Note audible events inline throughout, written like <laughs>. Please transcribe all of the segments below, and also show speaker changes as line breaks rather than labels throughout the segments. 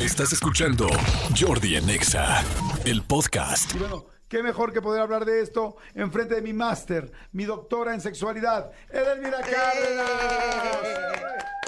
Estás escuchando Jordi en Exa, el podcast.
Y bueno, qué mejor que poder hablar de esto en frente de mi máster, mi doctora en sexualidad, Edelmira Cárdenas.
¡Eh!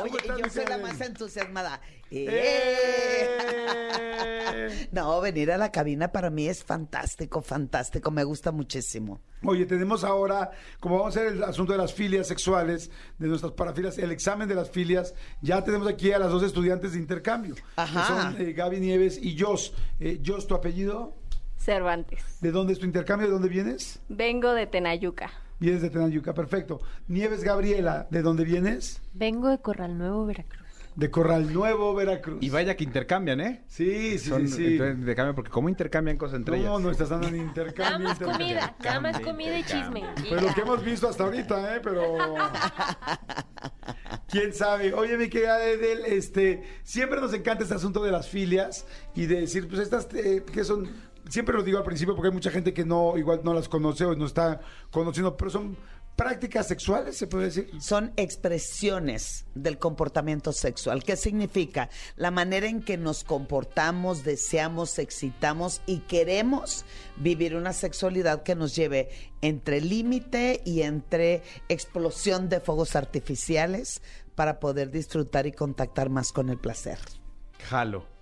Oye,
¿Cómo estás,
yo
mi
soy la
Edel?
más entusiasmada. ¡Eh! <laughs>
¡Eh!
No, venir a la cabina para mí es fantástico, fantástico. Me gusta muchísimo.
Oye, tenemos ahora, como vamos a hacer el asunto de las filias sexuales, de nuestras parafilias, el examen de las filias, ya tenemos aquí a las dos estudiantes de intercambio,
Ajá.
que son eh, Gaby Nieves y Jos. Eh, Jos, tu apellido,
Cervantes.
¿de dónde es tu intercambio? ¿De dónde vienes?
Vengo de Tenayuca.
Vienes de Tenayuca, perfecto. Nieves Gabriela, ¿de dónde vienes?
Vengo de Corral Nuevo, Veracruz.
De Corral Nuevo, Veracruz.
Y vaya que intercambian, ¿eh?
Sí, sí,
Son-
sí. sí.
Entonces, intercambian, porque ¿cómo intercambian cosas entre
no,
ellas?
no estás dando en intercambio.
Nada más
intercambio.
comida, nada más comida y chisme.
Pues lo que hemos visto hasta ahorita, ¿eh? Pero. Quién sabe. Oye, mi querida Edel, este, siempre nos encanta este asunto de las filias y de decir, pues estas eh, que son. Siempre lo digo al principio porque hay mucha gente que no, igual no las conoce o no está conociendo, pero son prácticas sexuales, se puede decir.
Son expresiones del comportamiento sexual. ¿Qué significa? La manera en que nos comportamos, deseamos, excitamos y queremos vivir una sexualidad que nos lleve entre límite y entre explosión de fuegos artificiales para poder disfrutar y contactar más con el placer.
Jalo.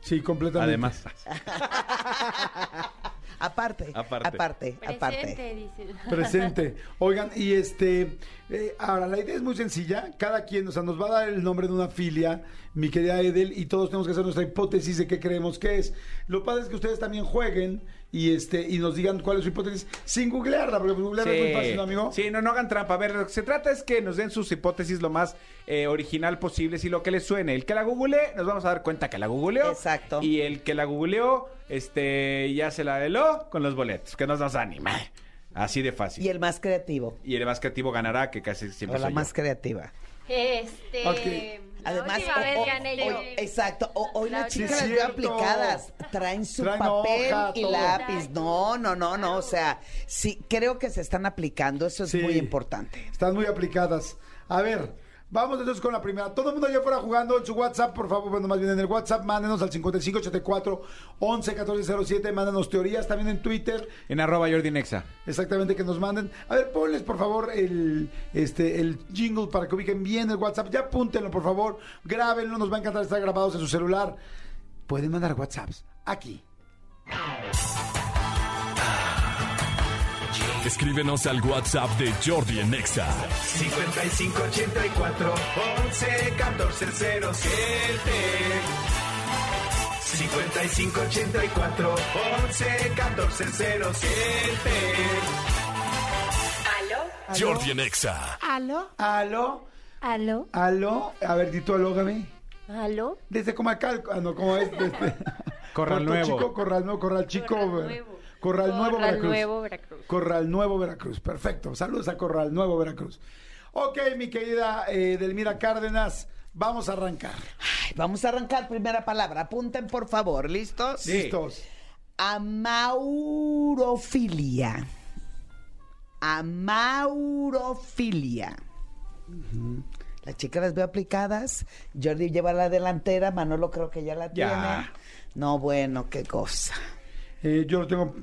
Sí, completamente. <laughs>
Además.
Aparte, aparte,
Aparte.
aparte.
Presente, dice.
presente. Oigan, y este, eh, ahora la idea es muy sencilla. Cada quien, o sea, nos va a dar el nombre de una filia, mi querida Edel, y todos tenemos que hacer nuestra hipótesis de qué creemos que es. Lo padre es que ustedes también jueguen y este y nos digan cuál es su hipótesis sin googlearla, porque googlearla es muy fácil, ¿no, amigo?
Sí, no, no hagan trampa. A ver, lo que se trata es que nos den sus hipótesis lo más eh, original posible, si lo que les suene. El que la googleé, nos vamos a dar cuenta que la googleó.
Exacto.
Y el que la googleó, este, ya se la deló con los boletos, que nos nos anima. Así de fácil.
Y el más creativo.
Y el más creativo ganará, que casi siempre
o la
soy yo.
más creativa.
Este.
Ok.
la
Además,
última
o-
vez
o-
gané
hoy-
yo.
exacto, o- hoy
La
las
última
chicas las
vez
veo
gané.
aplicadas, traen su
Traen
papel
hoja,
y
todo.
lápiz. No, no, no, no, o sea, sí, creo que se están aplicando, eso es
Sí.
muy importante.
Están muy aplicadas. A ver, vamos entonces con la primera. Todo el mundo allá fuera jugando en su WhatsApp, por favor, bueno, más bien en el WhatsApp, mándenos al 5584 111407, mándenos teorías también en Twitter.
En arroba Jordi Nexa.
Exactamente, que nos manden. A ver, ponles por favor el, este, el jingle para que ubiquen bien el WhatsApp. Ya apúntenlo, por favor. Grábenlo, nos va a encantar estar grabados en su celular. Pueden mandar WhatsApps aquí.
Escríbenos al WhatsApp de Jordi en Exa.
5584 11 14 07 5584 11 14 07
Jordi en Exa.
¿Aló?
¿Aló?
¿Aló? A ver, di tú aló, Gaby.
¿Aló?
Desde Comacalco. Ah, no, como es. Desde...
<laughs>
Puerto
Corral Nuevo.
Chico, Corral Nuevo, Corral Chico.
Corral
Ver-
Nuevo.
Corral Nuevo,
Corral
Veracruz.
Nuevo, Veracruz.
Corral Nuevo, Veracruz. Perfecto. Saludos a Corral Nuevo, Veracruz. Ok, mi querida eh, Delmira Cárdenas, vamos a arrancar.
Ay, vamos a arrancar, primera palabra, apunten por favor, ¿listos?
Sí.
Listos.
Amaurofilia. Amaurofilia. Las chicas las veo aplicadas. Jordi lleva la delantera. Manolo creo que ya la
Ya.
tiene. No, bueno, qué cosa.
Eh, yo lo tengo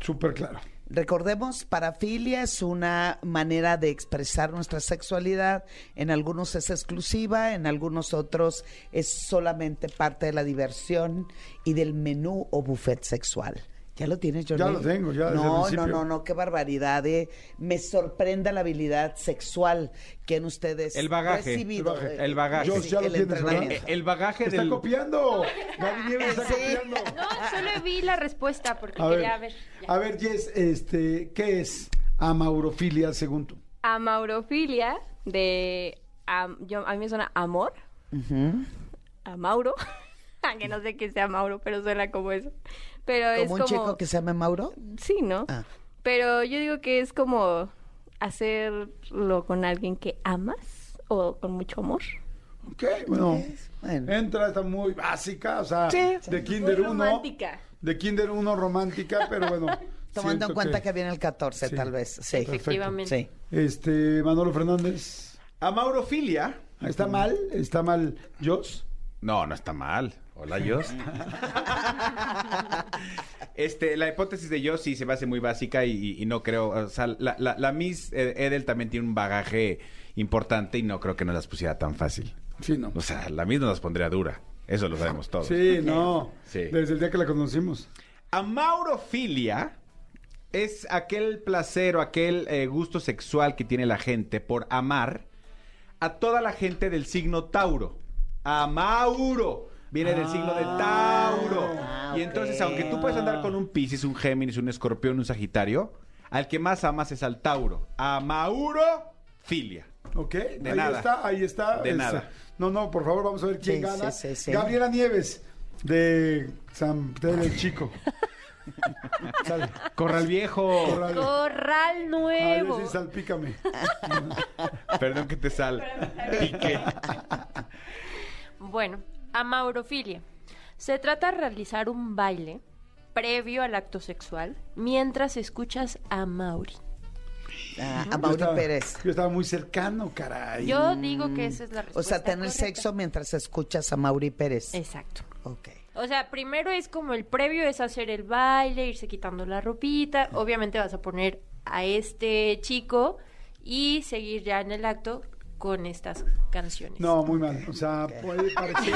súper claro.
Recordemos, parafilia es una manera de expresar nuestra sexualidad. En algunos es exclusiva, en algunos otros es solamente parte de la diversión y del menú o buffet sexual. ¿Ya lo tienes, Jordi?
Ya lo tengo, ya desde el
No, no,
principio.
no, no, qué barbaridad. eh. Me sorprende la habilidad sexual que han ustedes
El bagaje,
recibido. eh,
el bagaje.
El bagaje.
Sí,
Yo, ya lo
el
tienes, ¿verdad?
entrenamiento.
Eh, El bagaje
Está
del...
copiando. Gaby
<laughs>
Nieves está
Sí.
copiando.
No, solo vi la respuesta porque
A ver,
quería ver. ya.
a ver, Jess, este, ¿qué es amaurofilia según tú?
Amaurofilia de... am- yo- a mí me suena amor. A Mauro. <laughs> Aunque no sé qué sea Mauro, pero suena como eso. Pero es
¿Como un
como...
chico que se llama Mauro?
Sí, ¿no?
Ah.
Pero yo digo que es como hacerlo con alguien que amas o con mucho amor.
Ok, bueno.
Bueno.
Entra, está muy básica, o sea, de Kinder
Muy
1.
romántica.
De Kinder 1 romántica, pero bueno.
<laughs> Tomando en
siento
cuenta que... viene el 14,
Sí.
tal vez. Sí.
Efectivamente.
Sí.
Este, Manolo Fernández.
Amaurofilia
¿Está mal? ¿Está mal Jos?
No, no está mal. Hola, Dios. Este, la hipótesis de yo sí se me hace muy básica y- y, y no creo. O sea, la, la- la Miss eh, Edel también tiene un bagaje importante y no creo que nos las pusiera tan fácil.
Sí, no.
O sea, la Miss nos las pondría dura. Eso lo sabemos todos.
Sí, no.
Sí.
Desde el día que la conocimos.
Amaurofilia es aquel placer o aquel eh, gusto sexual que tiene la gente por amar a toda la gente del signo Tauro. Amauro. Viene del signo de Tauro.
Ah,
y entonces,
ok.
aunque tú puedes andar con un Piscis, un Géminis, un Escorpión, un Sagitario, al que más amas es al Tauro. Amaurofilia.
Ok,
De
ahí
nada.
está, ahí está. este,
De nada.
No, no, por favor, vamos a ver quién
Sí,
gana.
sí, sí, sí.
Gabriela Nieves, de San Pedro del
<laughs>
Chico. Sale.
Corral viejo.
Órale.
Corral
Ay,
nuevo.
Ah, sí, salpícame.
Perdón que te sal. Piqué.
Bueno, amaurofilia. Se trata de realizar un baile previo al acto sexual mientras escuchas a Mauri.
Ah, a
Yo
Mauri
estaba-
Pérez.
Yo estaba muy cercano, caray.
Yo digo que esa es la respuesta.
O sea, tener
correcta.
sexo mientras escuchas a Mauri Pérez.
Exacto.
Ok.
O sea, primero es como el previo es hacer el baile, irse quitando la ropita. Obviamente vas a poner a este chico y seguir ya en el acto con estas canciones.
No, muy mal. O sea, puede
<laughs>
parecer,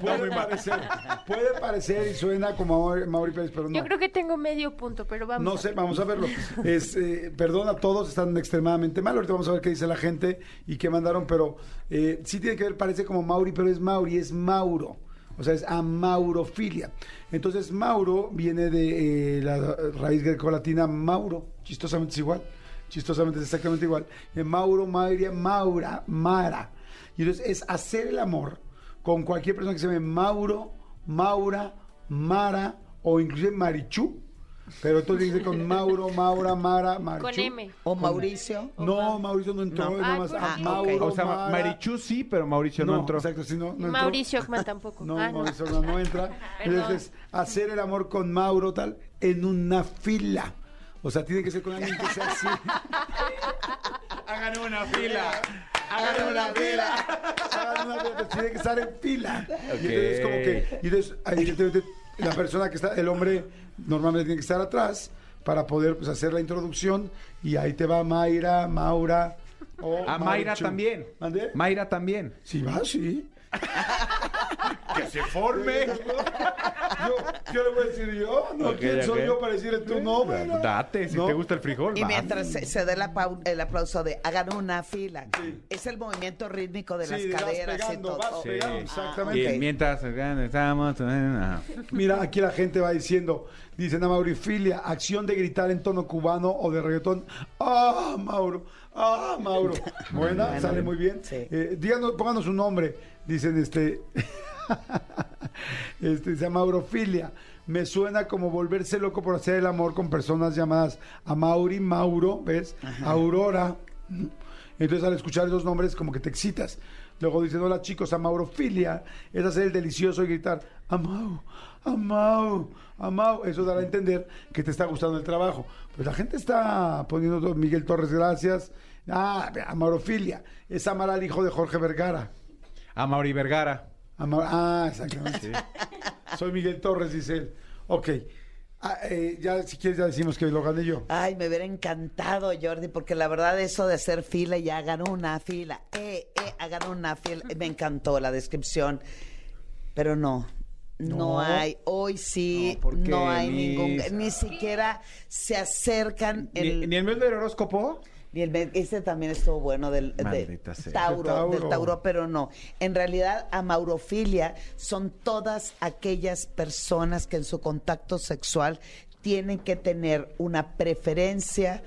puede parecer, puede parecer y suena como a Mauri Pérez, pero no.
Yo creo que tengo medio punto, pero vamos.
No
a-
sé, vamos a
<laughs>
verlo. Es, eh, perdón a todos, están extremadamente mal. Ahorita vamos a ver qué dice la gente y qué mandaron, pero eh, sí tiene que ver, parece como Mauri, pero es Mauri, es Mauro. O sea, es amaurofilia. Entonces, Mauro viene de eh, la raíz grecolatina Mauro. Chistosamente es igual. Chistosamente es exactamente igual. Eh, Mauro, Mauria, Maura, Mara. Y entonces es hacer el amor con cualquier persona que se llame Mauro, Maura, Mara o inclusive Marichú. Pero tú dices con Mauro, Maura, Mara, Marichú.
Con M.
O Mauricio.
No, Mauricio no entró,
No.
nada
Ah,
más
¿por
a
qué?
Mauro,
O sea,
Mara.
Marichu sí, pero Mauricio no,
no,
entró.
Exacto, sí, no, no
Y
entró.
Mauricio Ockman tampoco.
No,
Ah,
Mauricio no, no entra.
<laughs> Perdón.
Entonces, hacer el amor con Mauro tal en una fila. O sea, tiene que ser con alguien que sea así.
Hagan una fila.
Hagan una fila. Hagan una fila. Tiene que estar en fila. Y entonces
Ok.
como que, y entonces, ahí, evidentemente, la persona que está, el hombre normalmente tiene que estar atrás para poder pues, hacer la introducción y ahí te va Mayra, Maura. O
A Ah, Mayra
Marichu.
también.
¿Mande?
Mayra también.
Sí, va, sí.
Que se forme.
<laughs> Yo, yo le voy a decir yo, no,
Ok,
¿quién soy
ok.
yo para decir tu nombre? no?
Date, si
No.
te gusta el frijol.
Y
vas.
mientras se, se dé la pau- el aplauso de hagan una fila. Es el movimiento rítmico de
Sí,
las
le vas
caderas
pegando,
y
vas
todo.
Sí.
pegando, exactamente.
ok.
Y mientras eh, estamos. ajá.
Mira, aquí la gente va diciendo, dicen a Maurifilia, acción de gritar en tono cubano o de reggaetón. ¡Ah, Mauro! ¡Ah,
<laughs>
Mauro! Buena,
Bueno,
sale muy bien.
sí.
Eh, díganos, pónganos su nombre. Dicen este. <laughs> este dice Maurofilia. Me suena como volverse loco por hacer el amor con personas llamadas a Mauri, Mauro, ¿ves? Aurora. Entonces al escuchar esos nombres como que te excitas. Luego dicen, hola chicos, amaurofilia es hacer el delicioso y gritar, amau, amau, amau. Eso dará a entender que te está gustando el trabajo. Pues la gente está poniendo, todo, Miguel Torres, gracias. Ah, amaurofilia es amar al hijo de Jorge Vergara.
A Mauri Vergara.
Amar- ah, exactamente. Soy Miguel Torres, dice él. Ok. Ah, eh, ya si quieres ya decimos que lo gané yo.
Ay, me hubiera encantado, Jordi, porque la verdad eso de hacer fila y hagan una fila, eh, eh, hagan una fila, me encantó la descripción, pero no. No,
No.
hay, hoy sí,
No, ¿por qué,
no hay
Miss?
ningún, ni siquiera se acercan.
Ni-
el-
¿Ni el mes del horóscopo?
Y el me- este también estuvo bueno del de
Maldita sea.
Tauro,
De Tauro.
del Tauro, pero no. En realidad, a maurofilia son todas aquellas personas que en su contacto sexual tienen que tener una preferencia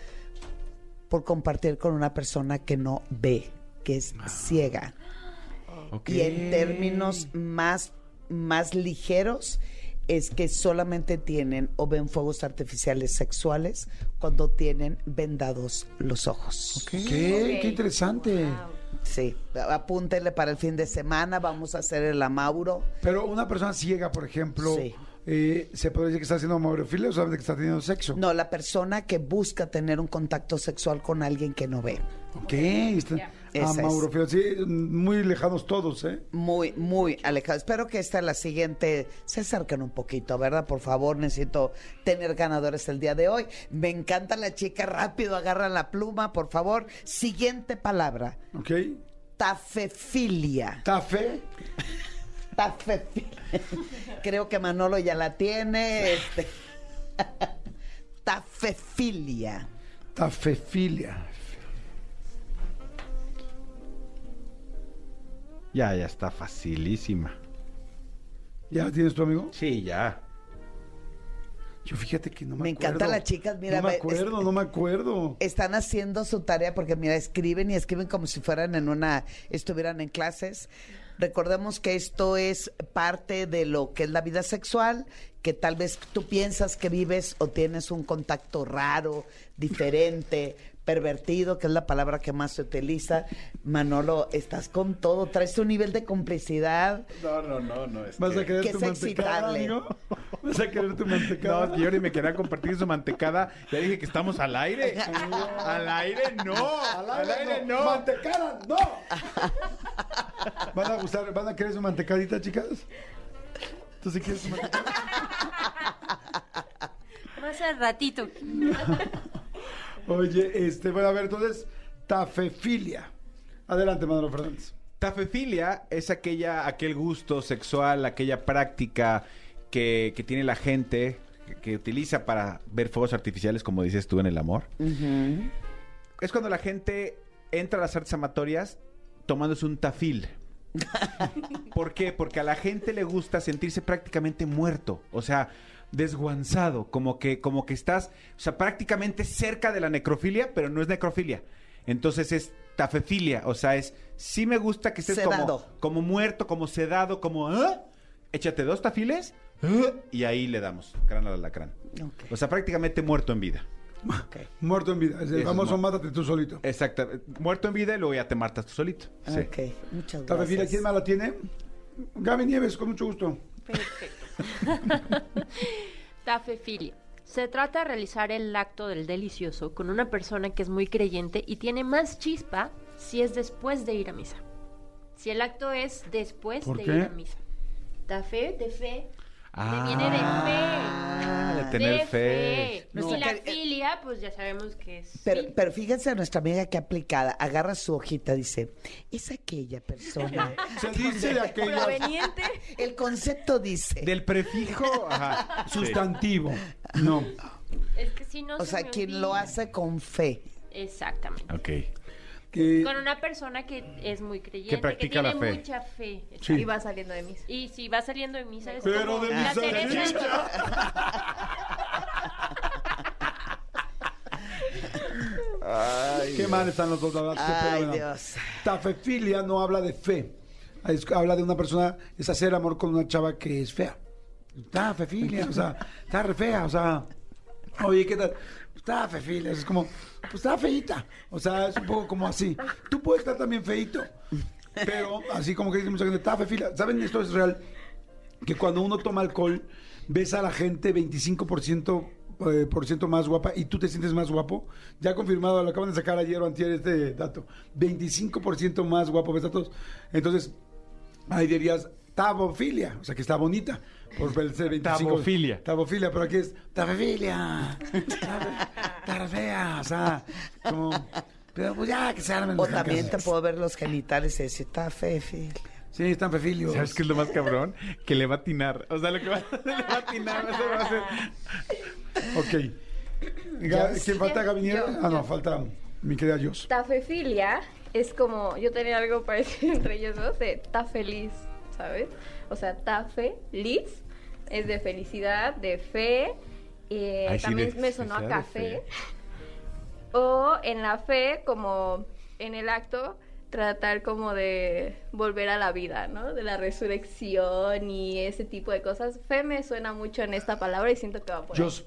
por compartir con una persona que no ve, que es ciega.
Ah, Ok.
Y en términos más, más ligeros es que solamente tienen o ven fuegos artificiales sexuales cuando tienen vendados los ojos.
¿Qué? Qué, interesante.
Ah,
Sí, apúntenle para el fin de semana, vamos a hacer el amauro.
Pero una persona ciega, por ejemplo,
Sí.
eh, ¿se podría decir que está haciendo homofilia o solamente que está teniendo sexo?
No, la persona que busca tener un contacto sexual con alguien que no ve.
Ok. está-
Esa
a
es.
Mauro Feo. Sí, muy lejanos todos, ¿eh?
Muy, muy alejado. Espero que esta, la siguiente, se acerquen un poquito, ¿verdad? Por favor, necesito tener ganadores el día de hoy. Me encanta la chica, rápido, agarra la pluma, por favor. Siguiente palabra,
¿Ok?
tafefilia.
Tafe.
Tafefilia. <laughs> Creo que Manolo ya la tiene. este. <laughs> Tafefilia.
Tafefilia.
Ya, ya está facilísima.
¿Ya tienes tu amigo?
Sí, ya.
Yo fíjate que no me,
Me
acuerdo.
encantan las chicas, mira,
No me
ve-
acuerdo,
es-
no me acuerdo.
están haciendo su tarea porque mira, escriben y escriben como si fueran en una, estuvieran en clases. Recordemos que esto es parte de lo que es la vida sexual, que tal vez tú piensas que vives o tienes un contacto raro, diferente, pervertido, que es la palabra que más se utiliza. Manolo, estás con todo, traes un nivel de complicidad.
No, no, no, no. este-
¿Vas a querer
que
tu
es
mantecada,
excitable.
amigo? <laughs> ¿Vas a querer tu mantecada?
No, yo ni me quería compartir su mantecada. Ya dije que estamos
<laughs>
al aire. al aire no. Al aire, no.
¡Mantecada, no! ¿Van a gustar, van a querer su mantecadita, chicas? ¿Tú sí quieres su mantecada?
Más al ratito.
Oye, este, bueno, a ver, entonces, tafefilia. Adelante, Manolo Fernández.
Tafefilia es aquella, aquel gusto sexual, aquella práctica que, que tiene la gente que, que utiliza para ver fuegos artificiales, como dices tú en el amor. Es cuando la gente entra a las artes amatorias tomándose
<laughs>
un tafil. ¿Por qué? Porque a la gente le gusta sentirse prácticamente muerto, o sea, desguanzado, como que, como que estás, o sea, prácticamente cerca de la necrofilia, pero no es necrofilia. Entonces es tafefilia, o sea, es, sí me gusta que estés como,
Sedado.
como muerto, como sedado, como, "¿Ah? échate dos tafiles ¿Ah?", y ahí le damos, crán al alacrán.
Ok.
O sea, prácticamente muerto en vida.
Muerto en vida. Es
Eso
el
es
famoso
mu-
mátate tú solito.
Exacto, muerto en vida y luego ya te matas tú solito. Sí.
Ok, muchas
Tafefilia,
gracias.
¿quién más la tiene? Gaby Nieves, con mucho gusto.
Perfecto. <laughs>
Tafefilia.
Se trata de realizar el acto del delicioso con una persona que es muy creyente y tiene más chispa si es después de ir a misa. Si el acto es después
¿Por
de
qué?
ir a misa. Da fe, de fe.
Ah.
Le viene de
Ah,
fe.
de tener
De
fe.
No.
No.
Y la
Pero-
filia, pues ya sabemos que es.
Pero,
sí.
pero fíjense a nuestra amiga que aplicada, agarra su hojita, dice, es aquella
<laughs>
persona.
Se dice de aquellos
Proveniente.
El concepto dice,
Del prefijo,
<laughs>
ajá, sí.
sustantivo. No.
Es que si no
o
se
sea,
me
quien lo
olvida.
hace con fe.
Exactamente.
Ok.
Que,
Con una persona que es muy creyente,
Que
que,
practica la
tiene
fe.
mucha fe.
Sí.
Y va saliendo de misa.
Y si va saliendo de misa, es
Pero
como
de
la
misa de
Teresa de
misa.
Jesús.
qué mal están los dos, la verdad, qué
Ay,
fenómeno.
Dios.
Tafefilia no habla de fe. Es- habla de una persona, es hacer amor con una chava que es fea. Tafefilia, o sea, está re fea, o sea. Oye, ¿qué tal? Tafefilia, es como, pues está feita. O sea, es un poco como así. Tú puedes estar también feito, pero así como que dice mucha gente, tafefilia. ¿Saben? Esto es real. que cuando uno toma alcohol, ves a la gente 25% eh, por ciento más guapa y tú te sientes más guapo. Ya confirmado, lo acaban de sacar ayer o antier este dato. 25% más guapo ves a todos. Entonces, ahí dirías tabofilia, o sea que está bonita. Por el ser 25.
Tabofilia.
Tabofilia, pero aquí es tabofilia. Tarbea, o sea, como... Pero pues ya, que se armen
O
los
también te
jacas.
puedo ver los genitales y decir, está fe, fe".
Sí, están fefilios.
¿Sabes qué es lo más cabrón? Que le va a atinar. O sea, lo que va, <laughs> le va a atinar. Eso va a ser...
Ok. Ga- ¿Quién falta, Gaby Nieves?
Yo,
Ah, no, falta mi querida Dios.
Tafefilia es como, yo tenía algo parecido <laughs> entre ellos dos, de ta feliz, ¿sabes? O sea, ta feliz es de felicidad, de fe, eh,
Ay, sí,
también
de-
me sonó a
felicidad, de fe.
café, o en la fe como en el acto tratar como de volver a la vida, ¿no? De la resurrección y ese tipo de cosas. Fe me suena mucho en esta palabra y siento que va por ahí.
Dios,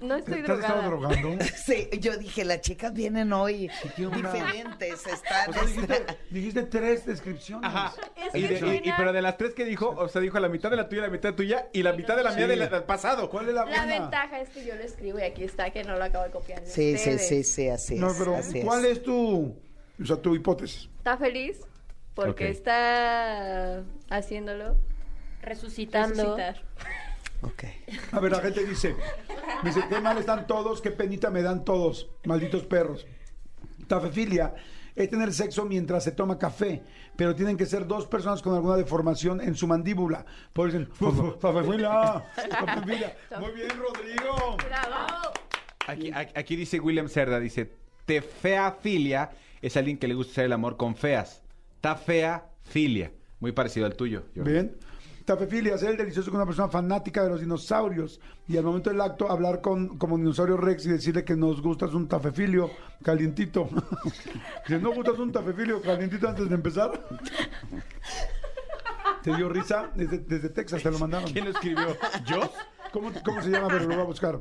No
¿te
estoy
has estado
drogada. <laughs>
drogando?
Sí, yo dije, las chicas vienen hoy
qué onda.
diferentes, están... este".
O sea, dijiste, dijiste tres descripciones.
Ajá.
Es
Y,
que
de- y- y
suena-
pero de las tres que dijo, o sea, dijo la mitad de la tuya, la mitad de tuya y la mitad de la mía de la- del pasado.
¿Cuál es la
La
buena?
ventaja es que yo lo escribo y aquí está que no lo acabo de copiar. de
Sí, sí,
ustedes.
sí, sí, así es.
No, pero
así es.
¿cuál es tu O sea, tu hipótesis.
Está feliz porque
Ok.
está haciéndolo.
Resucitando.
resucitar.
Ok.
A ver, la gente dice, dice, qué mal están todos, qué penita me dan todos, malditos perros. Tafefilia es tener sexo mientras se toma café, pero tienen que ser dos personas con alguna deformación en su mandíbula. Por eso dicen, "Fa- fa- tafefilia, tafefilia". Muy bien, Rodrigo.
¡Bravo!
Aquí, aquí- aquí dice William Cerda, dice, te fea filia es alguien que le gusta hacer el amor con feas. Ta fea filia. Muy parecido al tuyo. Jordi.
Bien. Tafefilia, ser el delicioso con una persona fanática de los dinosaurios y al momento del acto hablar con como dinosaurio Rex y decirle que nos gustas un tafefilio calientito. <laughs> si no gustas un tafefilio calientito antes de empezar. <laughs> ¿Te dio risa? Desde, desde Texas te lo mandaron.
¿Quién lo escribió? ¿Yo?
¿Cómo, cómo se llama? Pero lo voy a buscar.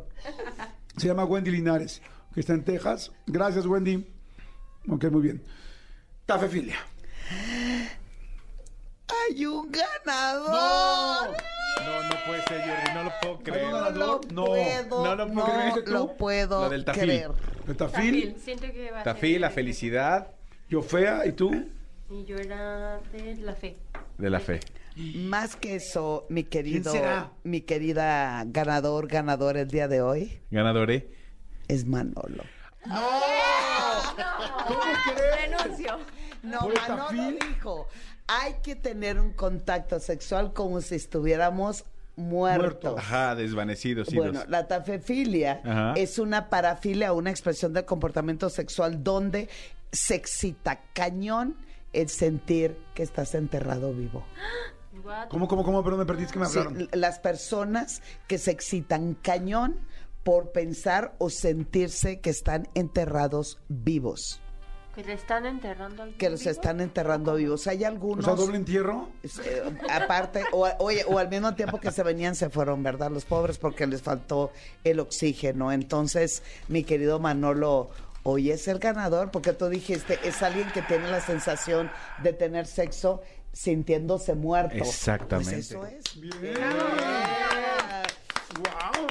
Se llama Wendy Linares, que está en Texas. Gracias, Wendy. Ok, muy bien. Tafefilia.
¡Hay un ganador!
No, no puede ser, Jerry, no lo puedo creer.
No, lo
No,
puedo, no,
no lo puedo creer. ¿Tú?
lo puedo
Lo del tafil.
creer.
El tafil,
Siento que va a
Ta
ser-
fea, la felicidad
yo fea y tú.
Y yo era de la fe.
de la fe.
Más que eso, mi querido,
será?
mi querida ganador, ganador el día de hoy,
Ganadoré.
es Manolo.
¿Cómo crees?
Renuncio.
No,
¿Por esta
Manolo
fil?
dijo, hay que tener un contacto sexual como si estuviéramos
Muertos.
muertos.
Ajá, desvanecidos. idos.
Bueno, la tafefilia
Ajá.
es una parafilia, una expresión del comportamiento sexual donde se excita cañón el sentir que estás enterrado vivo.
¿Cómo, cómo, cómo? Pero me perdí, es que me
Sí,
hablaron.
l- las personas que se excitan cañón por pensar o sentirse que están enterrados vivos,
Que le están enterrando al
que los están enterrando vivos. Hay
O
algunos...
sea, doble entierro.
eh, aparte, o, oye, o al mismo tiempo que se venían, se fueron, ¿verdad? Los pobres porque les faltó el oxígeno. Entonces, mi querido Manolo, hoy es el ganador porque tú dijiste, es alguien que tiene la sensación de tener sexo sintiéndose muerto.
Exactamente.
Pues eso es.
Bien. ¡Wow!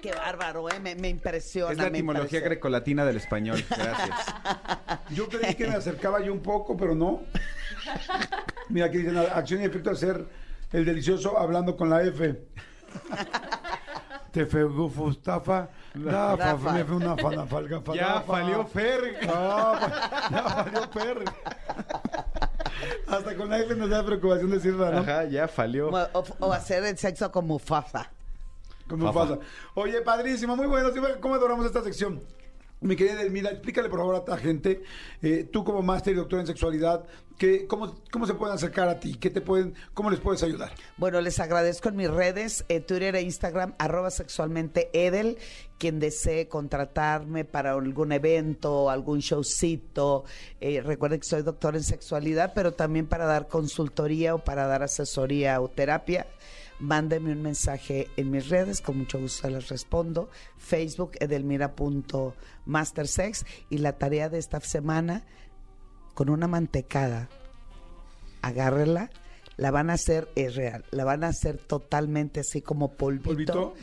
Qué bárbaro, ¿eh? me, me impresiona.
Es la
me
etimología
impresiona.
grecolatina del español. <laughs> Gracias.
Yo creí que me acercaba yo un poco, pero no. Mira, aquí dicen acción y efecto de ser el delicioso hablando con la F. Te fegó Fustafa. La fa-
Rafa.
me fue una fana falga
ya falió Fer.
Ah, fa- ya falió Fer. Hasta con la F nos da preocupación decirla, ¿no?
Ajá, ya falió.
O, o hacer el sexo como Fafa.
¿Cómo
Fafa.
pasa? Oye, padrísimo, muy bueno. sí, ¿Cómo adoramos esta sección? Mi querida Elmira, explícale por favor a tu gente, eh, tú como máster y doctora en sexualidad, que, cómo, ¿cómo se pueden acercar a ti? ¿Qué te pueden, ¿Cómo les puedes ayudar?
Bueno, les agradezco en mis redes, eh, Twitter e Instagram, arroba sexualmente Edel. Quien desee contratarme para algún evento, algún showcito, eh, recuerden que soy doctora en sexualidad, pero también para dar consultoría o para dar asesoría o terapia, mándenme un mensaje en mis redes, con mucho gusto les respondo. Facebook, edelmira.mastersex. Y la tarea de esta semana, con una mantecada, agárrela, la van a hacer, es real, la van a hacer totalmente así como polvito,
¿Polvito?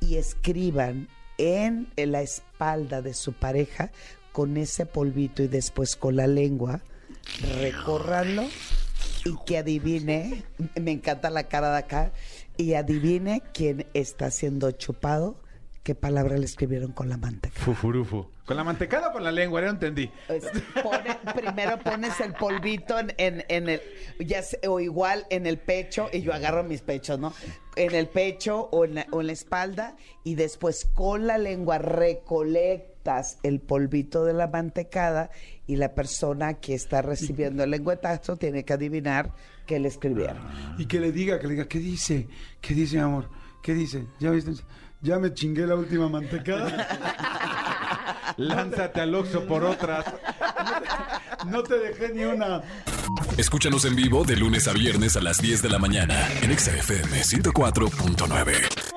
y escriban en la espalda de su pareja con ese polvito y después con la lengua, recórranlo y que adivine, me encanta la cara de acá, y adivine quién está siendo chupado, qué palabra le escribieron con la manteca.
Fufurufu. ¿Con la mantecada o con la lengua? Ya
<laughs>
no entendí.
Es- pone- primero pones el polvito en, en- en el, ya sé, o igual en el pecho, y yo agarro mis pechos, ¿no? En el pecho o en la, o en la espalda, y después con la lengua recolectas el polvito de la mantecada y la persona que está recibiendo el lengüetazo tiene que adivinar qué le escribieron.
Y que le diga, que le diga, ¿qué dice? ¿Qué dice, mi amor? ¿Qué dice? ¿Ya viste? Ya me chingué la última mantecada.
Lánzate al Oxxo por otras.
No te dejé ni una.
Escúchanos en vivo de lunes a viernes a las 10 de la mañana en Exa FM 104.9.